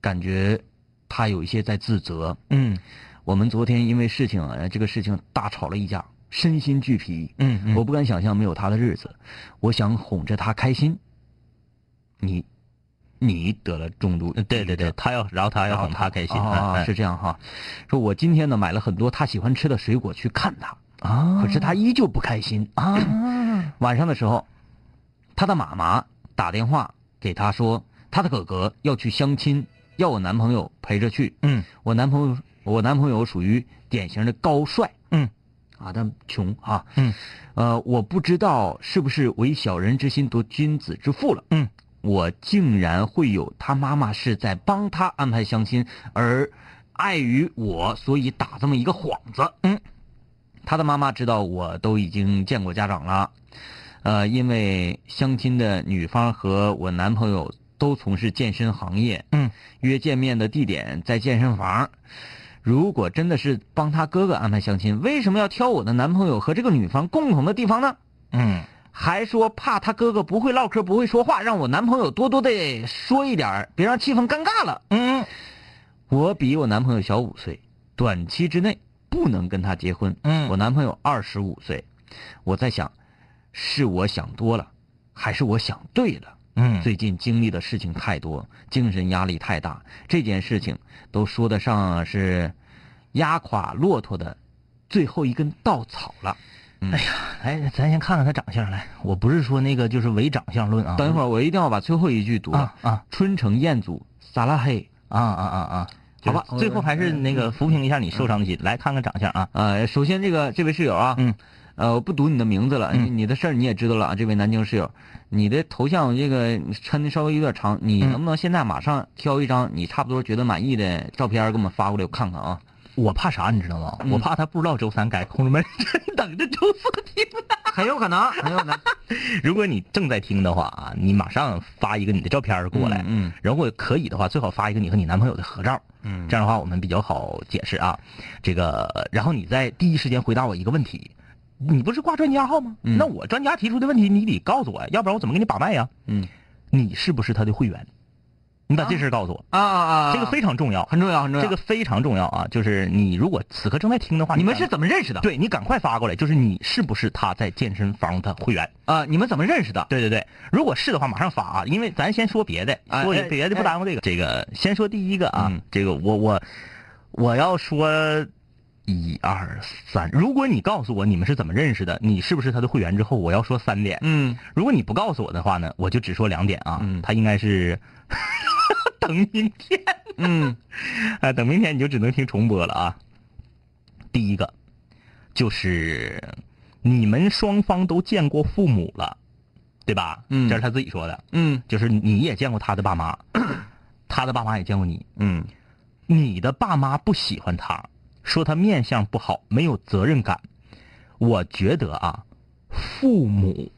H: 感觉他有一些在自责。
E: 嗯
H: 我们昨天因为事情，呃这个事情大吵了一架，身心俱疲。
E: 嗯嗯
H: 我不敢想象没有他的日子。我想哄着他开心。你，你得了重度，
E: 对对对，，他嗯要，然后他要哄他开心，
H: 啊、
E: 哎
H: 是这样哈。说我今天呢买了很多他喜欢吃的水果去看他，
E: 啊，
H: 可是他依旧不开心啊。 晚上的时候，他的妈妈打电话给他说，他的哥哥要去相亲，要我男朋友陪着去。
E: 嗯
H: 我男朋友，我男朋友属于典型的高帅，
E: 嗯，
H: 啊，但穷啊，
E: 嗯，
H: 呃，我不知道是不是为小人之心夺君子之腹了，
E: 嗯，
H: 我竟然会有他妈妈是在帮他安排相亲，而碍于我，所以打这么一个幌子，
E: 嗯，
H: 他的妈妈知道我都已经见过家长了，呃，因为相亲的女方和我男朋友都从事健身行业，
E: 嗯，
H: 约见面的地点在健身房。如果真的是帮他哥哥安排相亲，为什么要挑我的男朋友和这个女方共同的地方呢？
E: 嗯
H: 还说怕他哥哥不会唠嗑、不会说话，让我男朋友多多的说一点儿，别让气氛尴尬了。
E: 嗯
H: 我比我男朋友小五岁，短期之内不能跟他结婚。
E: 嗯
H: 我男朋友二十五岁，我在想，是我想多了，还是我想对了？
E: 嗯，
H: 最近经历的事情太多，精神压力太大，这件事情都说得上是压垮骆驼的最后一根稻草了。
E: 哎，咱先看看他长相来，我不是说那个就是唯长相论啊，
H: 等一会儿我一定要把最后一句读了。
E: 啊啊
H: 春城彦祖撒拉嘿，
E: 啊啊啊啊，
H: 好吧
E: 就是最后还是那个抚平一下你受伤的心，来看看长相啊，
H: 呃，首先这个这位室友啊，
E: 嗯，
H: 呃，我不读你的名字了，你你的事儿你也知道了啊，这位南京室友，你的头像这个抻的稍微有点长，你
E: 嗯
H: 能不能现在马上挑一张你差不多觉得满意的照片给我们发过来，我看看啊？
E: 我怕啥你知道
H: 嗯
E: 吗？我怕他不知道周三改空中门诊，等着周四听。
H: 很有可能，很有可能
E: 如果你正在听的话啊，你马上发一个你的照片儿过来，
H: 嗯嗯
E: 如果可以的话，最好发一个你和你男朋友的合照，
H: 嗯
E: 这样的话我们比较好解释啊。这个，然后你在第一时间回答我一个问题，你不是挂专家号吗？
H: 嗯
E: 那我专家提出的问题你得告诉我呀，要不然我怎么给你把脉呀？
H: 嗯。
E: 你是不是他的会员？你把这事儿告诉我，
H: 啊啊啊！
E: 这个非常重要，
H: 很重要，很重
E: 这
H: 要。
E: 个非常重要啊！就是你如果此刻正在听的话，
H: 你们
E: 赶
H: 是怎么认识的？
E: 对你赶快发过来，就是你是不是他在健身房的会员？
H: 啊，你们怎么认识的？
E: 对对对，如果是的话，马上发啊！因为咱先说别的，
H: 哎
E: 说
H: 哎
E: 别的不
H: 哎
E: 耽误这个。这个先说第一个啊，
H: 嗯
E: 这个我我我要说一二三。如果你告诉我你们是怎么认识的，你是不是他的会员之后，我要说三点。
H: 嗯，
E: 如果你不告诉我的话呢，我就只说两点啊。
H: 嗯
E: 他应该是 等明天。
H: 嗯，
E: 啊，等明天你就只能听重播了啊。第一个就是你们双方都见过父母了，对吧？
H: 嗯
E: 这是他自己说的，
H: 嗯
E: 就是你也见过他的爸妈， 他的爸妈也见过你，
H: 嗯
E: 你的爸妈不喜欢他，说他面相不好，没有责任感。我觉得啊，父母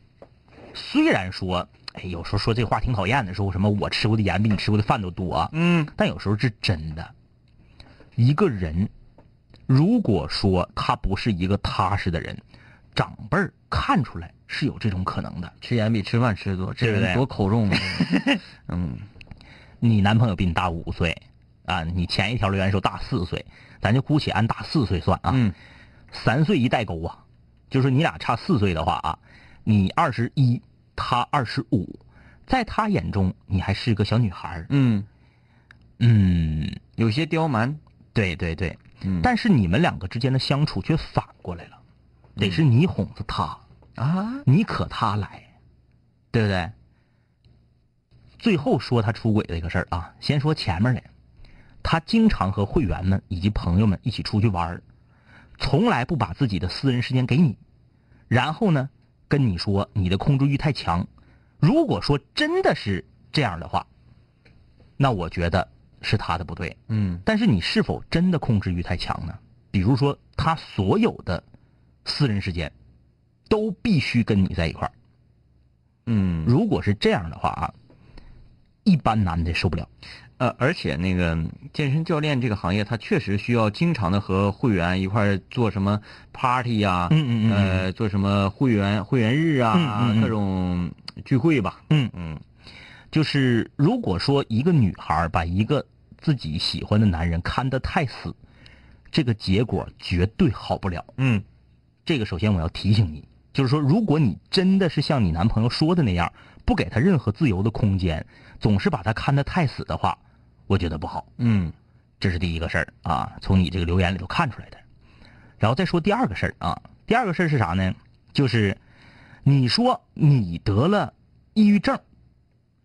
E: 虽然说，哎，有时候说这话挺讨厌的，说什么我吃过的盐比你吃过的饭都多啊，
H: 嗯
E: 但有时候是真的。一个人如果说他不是一个踏实的人，长辈儿看出来是有这种可能的。
H: 吃盐比吃饭吃的多，这
E: 对不
H: 人
E: 对
H: 多口重啊。这人嗯，
E: 你男朋友比你大五岁啊，你前一条留言说大四岁，咱就姑且按大四岁算啊。
H: 嗯，
E: 三岁一代沟啊，就是你俩差四岁的话啊，你二十一，他二十五，在他眼中你还是个小女孩儿。
H: 嗯，
E: 嗯，
H: 有些刁蛮。
E: 对对对，
H: 嗯
E: 但是你们两个之间的相处却反过来了，得是你哄着他，
H: 嗯啊，
E: 你可他来，对不对？最后说他出轨这个事儿啊，先说前面的，他经常和会员们以及朋友们一起出去玩儿，从来不把自己的私人时间给你。然后呢，跟你说你的控制欲太强。如果说真的是这样的话，那我觉得是他的不对。
H: 嗯
E: 但是你是否真的控制欲太强呢？比如说，他所有的私人时间都必须跟你在一块儿。
H: 嗯，
E: 如果是这样的话啊，一般男的受不了。
H: 呃，而且那个健身教练这个行业，他确实需要经常的和会员一块儿做什么 party 呀、
E: 嗯嗯嗯嗯
H: 呃，做什么会员会员日啊，
E: 嗯嗯嗯
H: 各种聚会吧。
E: 嗯
H: 嗯
E: 就是如果说一个女孩把一个自己喜欢的男人看得太死，这个结果绝对好不了。
H: 嗯
E: 这个首先我要提醒你，就是说，如果你真的是像你男朋友说的那样，不给他任何自由的空间，总是把他看得太死的话，我觉得不好。
H: 嗯
E: 这是第一个事儿啊，从你这个留言里头看出来的。然后再说第二个事儿啊，第二个事儿是啥呢？就是你说你得了抑郁症，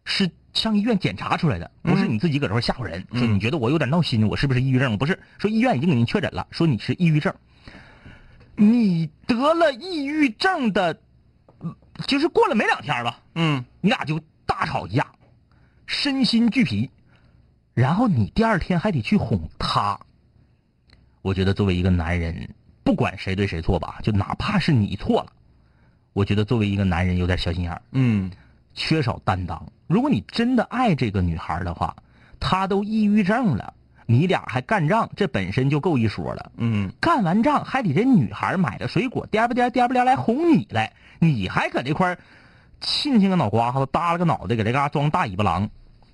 E: 是上医院检查出来的，不是你自己搁这块儿吓唬人，说你觉得我有点闹心，我是不是抑郁症？不是，说医院已经给您确诊了，说你是抑郁症。你得了抑郁症的，嗯就是过了没两天吧，
H: 嗯
E: 你俩就大吵一架，身心俱疲，然后你第二天还得去哄她。我觉得作为一个男人，不管谁对谁错吧，就哪怕是你错了，我觉得作为一个男人有点小心眼儿，
H: 嗯
E: 缺少担当。如果你真的爱这个女孩儿的话，她都抑郁症了，你俩还干仗，这本身就够一说了。
H: 嗯
E: 干完仗还得这女孩买了水果，颠吧颠颠吧颠来哄你来，你还搁这块儿亲亲个脑瓜子，耷拉个脑袋，搁这嘎装大尾巴狼。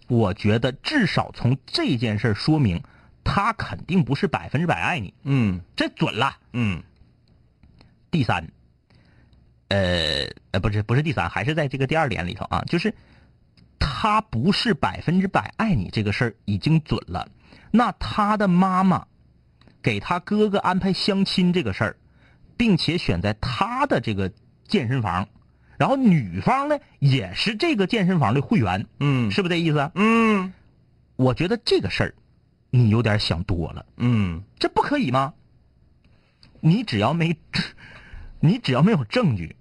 E: 我觉得至少从这件事儿说明，他肯定不是百分之百爱你，
H: 嗯
E: 这准了。
H: 嗯
E: 第三，呃呃，不是不是第三，还是在这个第二点里头啊，就是他不是百分之百爱你这个事儿已经准了。那他的妈妈给他哥哥安排相亲这个事儿，并且选在他的这个健身房，然后女方呢也是这个健身房的会员，
H: 嗯
E: 是不是这意思啊？
H: 嗯
E: 我觉得这个事儿你有点想多了。
H: 嗯
E: 这不可以吗？你只要没，你只要没有证据，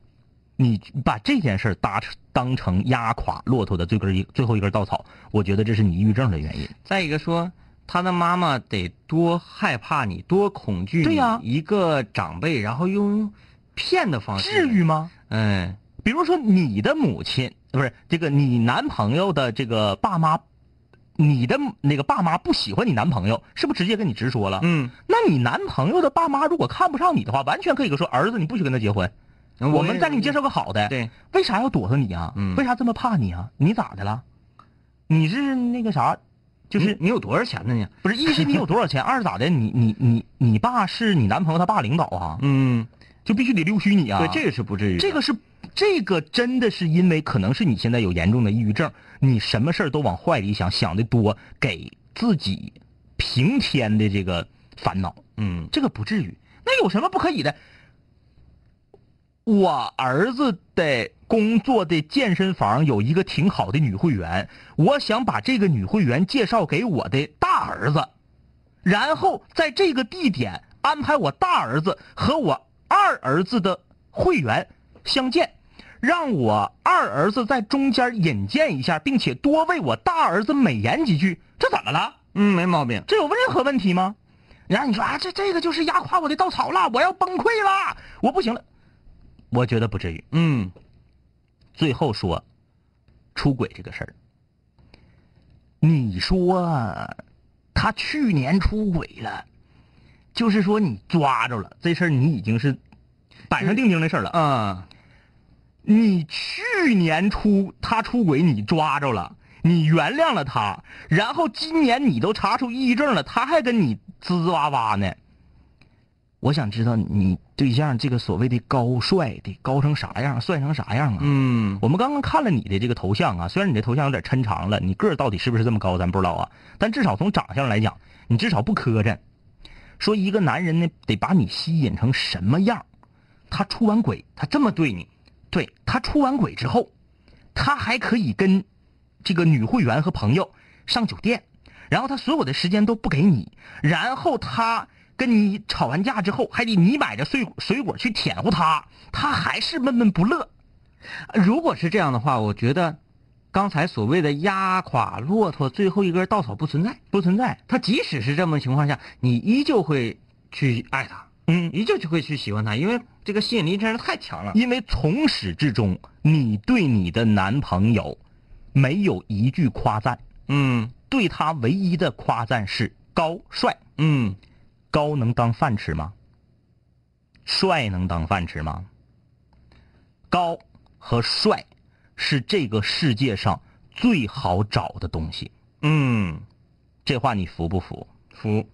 E: 你把这件事儿搭成当成压垮骆驼的最根一最后一根稻草，我觉得这是你抑郁症的原因。
H: 再一个说，他的妈妈得多害怕你，多恐惧你
E: 对呀
H: 一个长辈，然后用骗的方式，
E: 至于？吗？
H: 嗯
E: 比如说你的母亲不是这个你男朋友的这个爸妈，你的那个爸妈不喜欢你男朋友，是不是直接跟你直说了？
H: 嗯，
E: 那你男朋友的爸妈如果看不上你的话，完全可以说儿子你不许跟他结婚，我们再给你介绍个好的。
H: 对，
E: 为啥要躲着你啊？
H: 嗯
E: 为啥这么怕你啊？你咋的了？你是那个啥，就
H: 就是是你有多少钱呢你？
E: 不是一是你有多少 钱，二是咋的？你你你你爸是你男朋友他爸领导啊，
H: 嗯，
E: 就必须得溜须你啊。
H: 对，这个是不至于的。
E: 这个是这个真的是因为可能是你现在有严重的抑郁症，你什么事儿都往坏里想，想的多，给自己平添的这个烦恼。
H: 嗯
E: 这个不至于，那有什么不可以的？我儿子的工作的健身房有一个挺好的女会员，我想把这个女会员介绍给我的大儿子，然后在这个地点安排我大儿子和我二儿子的会员相见，让我二儿子在中间引荐一下，并且多为我大儿子美言几句，这怎么了？
H: 嗯，没毛病。
E: 这有任何问题吗？然后你说啊，这这个就是压垮我的稻草了，我要崩溃了，我不行了。我觉得不至于。
H: 嗯
E: 最后说，出轨这个事儿，你说他去年出轨了，就是说你抓着了这事儿，你已经是板上钉钉的事儿了。
H: 啊，
E: 你去年出他出轨，你抓着了，你原谅了他，然后今年你都查出抑郁症了，他还跟你滋滋哇哇呢。我想知道你对象这个所谓的高帅得高成啥样，帅成啥样啊？
H: 嗯
E: 我们刚刚看了你的这个头像啊，虽然你这头像有点抻长了，你个儿到底是不是这么高咱不知道啊，但至少从长相来讲，你至少不磕碜。说一个男人呢，得把你吸引成什么样？他出完轨，他这么对你，对他出完轨之后，他还可以跟这个女会员和朋友上酒店，然后他所有的时间都不给你，然后他跟你吵完架之后，还得你买着水果水果去舔乎他，他还是闷闷不乐。
H: 如果是这样的话，我觉得刚才所谓的压垮骆驼最后一根稻草不存在，不存在。他即使是这么情况下，你依旧会去爱他，
E: 嗯，
H: 依旧就会去喜欢他，因为这个吸引力真是太强了。
E: 因为从始至终，你对你的男朋友没有一句夸赞，
H: 嗯
E: 对他唯一的夸赞是高帅。
H: 嗯，
E: 高能当饭吃吗？帅能当饭吃吗？高和帅是这个世界上最好找的东西。
H: 嗯，
E: 这话你服不服？
H: 服，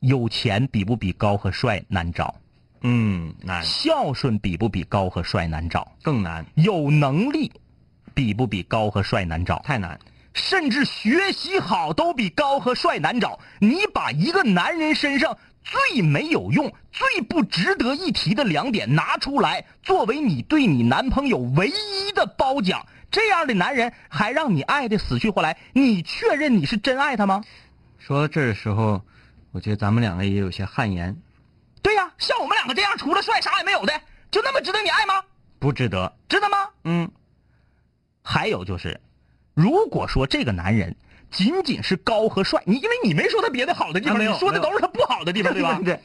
E: 有钱比不比高和帅难找？
H: 嗯难
E: 孝顺比不比高和帅难找？
H: 更难，
E: 有能力比不比高和帅难找？
H: 太难。
E: 甚至学习好都比高和帅难找。你把一个男人身上最没有用、最不值得一提的两点拿出来，作为你对你男朋友唯一的褒奖，这样的男人还让你爱的死去活来，你确认你是真爱他吗？
H: 说到这儿的时候，我觉得咱们两个也有些汗颜，
E: 对呀、像我们两个这样除了帅啥也没有的，就那么值得你爱吗？
H: 不值得。
E: 值得吗？
H: 嗯
E: 还有就是，如果说这个男人仅仅是高和帅，你因为你没说他别的好的地
H: 啊
E: 方，
H: 没有
E: 你说的都是他不好的地方，对吧？
H: 对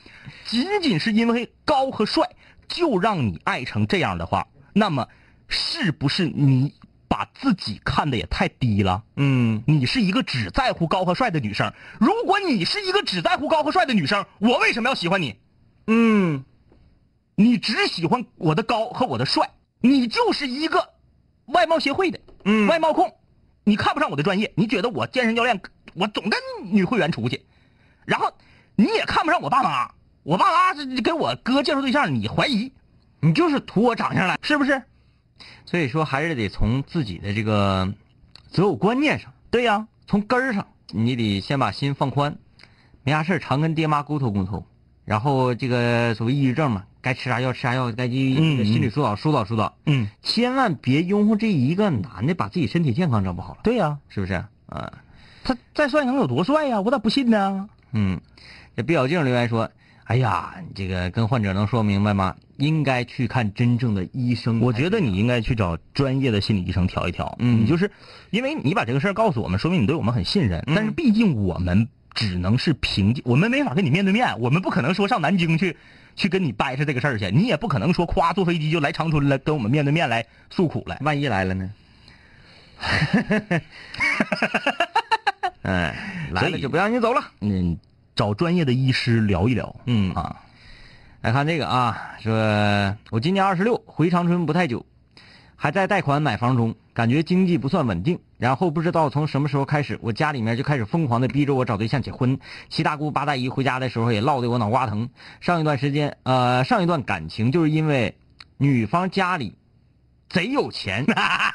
E: 仅仅是因为高和帅就让你爱成这样的话，那么是不是你把自己看得也太低了？
H: 嗯，
E: 你是一个只在乎高和帅的女生，如果你是一个只在乎高和帅的女生，我为什么要喜欢你？
H: 嗯，
E: 你只喜欢我的高和我的帅，你就是一个外貌协会的，
H: 嗯
E: 外貌控，你看不上我的专业，你觉得我健身教练，我总跟女会员出去，然后你也看不上我爸妈，我爸妈这这给我哥介绍对象，你怀疑，
H: 你就是图我长相来，
E: 是不是？
H: 所以说还是得从自己的这个择偶观念上，
E: 对呀、
H: 从根儿上，你得先把心放宽，没啥事儿常跟爹妈沟通沟通，然后这个所谓抑郁症嘛，该吃啥药吃啥药，该去
E: 嗯
H: 心理疏导疏导疏导，
E: 嗯，
H: 千万别拥护这一个男的把自己身体健康整不好了，
E: 对呀、
H: 是不是？啊，
E: 他再帅能有多帅呀、我咋不信呢？
H: 嗯，这毕小静留言说。哎呀，你这个跟患者能说明白吗？应该去看真正的医生。啊
E: 我觉得你应该去找专业的心理医生调一调。
H: 嗯
E: 你就是因为你把这个事儿告诉我们，说明你对我们很信任。
H: 嗯
E: 但是毕竟我们只能是凭借，我们没法跟你面对面，我们不可能说上南京去去跟你掰扯这个事儿去，你也不可能说夸坐飞机就来长春来跟我们面对面来诉苦来。
H: 万一来了呢？哎，来
E: 所
H: 了
E: 以
H: 就不让你走了。
E: 嗯，找专业的医师聊一聊。
H: 嗯
E: 啊，
H: 来看这个啊，说我今年二十六，回长春不太久，还在贷款买房中，感觉经济不算稳定。然后不知道从什么时候开始，我家里面就开始疯狂的逼着我找对象结婚。七大姑八大姨回家的时候也落得我脑瓜疼。上一段时间，呃，上一段感情就是因为女方家里贼有钱，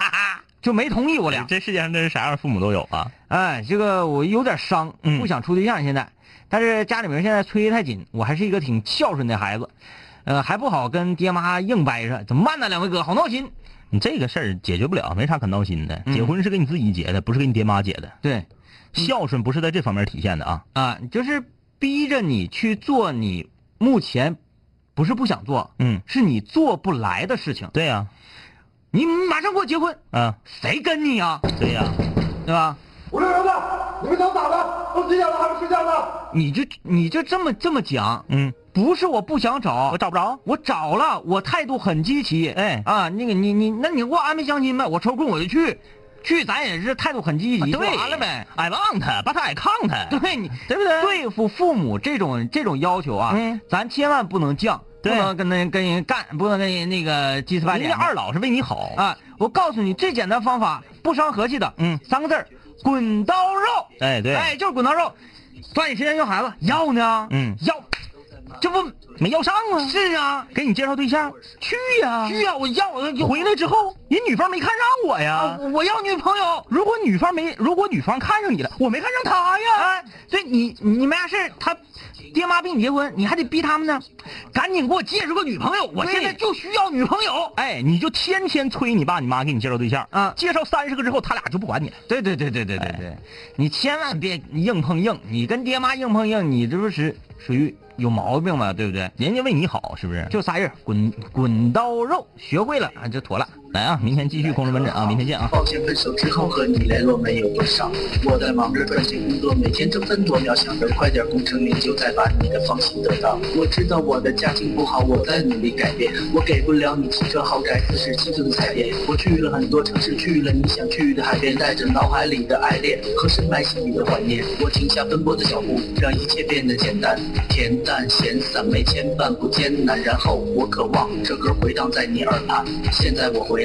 H: 就没同意我俩。
E: 哎这世界上真是啥样的父母都有啊！
H: 哎，这个我有点伤，
E: 嗯
H: 不想处对象现在，但是家里面现在催得太紧，我还是一个挺孝顺的孩子，呃，还不好跟爹妈硬掰扯，怎么办呢？两位哥，好闹心。
E: 你这个事儿解决不了，没啥可闹心的。
H: 嗯
E: 结婚是给你自己结的，不是给你爹妈结的。
H: 对，
E: 孝顺不是在这方面体现的啊。
H: 啊、就是逼着你去做你目前不是不想做，
E: 嗯，
H: 是你做不来的事情。
E: 对呀、
H: 你马上给我结婚，
E: 啊，
H: 谁跟你啊？
E: 对呀、
H: 对吧？
A: 我说儿子，你们想咋的？都几点了还不睡觉呢？
H: 你就你就这么这么讲，
E: 嗯，
H: 不是我不想找，
E: 我找不着。
H: 我找了，我态度很积极。
E: 哎
H: 啊，那个你你，那你给我安排相亲呗，我抽空我就去，去咱也是态度很积极，就
E: 啊对，
H: 完了呗。
E: ，I want 他，把他 I 抗他。
H: 对你
E: 对不对
H: 对付父母这种这种要求啊，
E: 嗯
H: 咱千万不能犟，不
E: 对
H: 能跟人跟人干，不能跟人那个鸡翅八
E: 人
H: 脸
E: 家
H: 的。
E: 二老是为你好，
H: 啊，我告诉你最简单方法，不伤和气的，
E: 嗯
H: 三个字儿，滚刀肉。
E: 哎对
H: 哎，就是滚刀肉。抓紧时间要孩子，要呢，
E: 嗯
H: 要，这不没要上啊？是啊，
E: 给你介绍对象，啊
H: 去啊呀、去呀、我要，我回来之后，
E: 人女方没看上我
H: 啊
E: 呀。，
H: 我要女朋友。
E: 如果女方没，如果女方看上你了，我没看上她呀。
H: 哎，所以你你没啥事儿他爹妈逼你结婚，你还得逼他们呢，赶紧给我介绍个女朋友，我
E: 对
H: 现在就需要女朋友。
E: 哎，你就天天催你爸你妈给你介绍对象
H: 啊
E: 介绍三十个之后，他俩就不管你了。哎
H: 对对对对对对对，你千万别硬碰硬，你跟爹妈硬碰硬，你这不是属于有毛病吗？对不对？
E: 人家为你好，是不是？
H: 就仨人，滚滚刀肉，学会了啊就妥了。
E: 来啊，明天继续空中门诊啊，明天见啊。
I: 抱歉，分手之后和你联络没有多少，我在忙着赚钱工作，每天争分夺秒，想着快点功成名就，再把你的芳心得到。我知道我的家境不好，我在努力改变，我给不了你汽车豪宅、四十七寸彩电。我去了很多城市，去了你想去的海边，带着脑海里的爱恋和深埋心里的怀念。我停下奔波的脚步，让一切变得简单，恬淡闲散，没牵绊，不艰难。然后我渴望这歌回荡在你耳畔。现在我回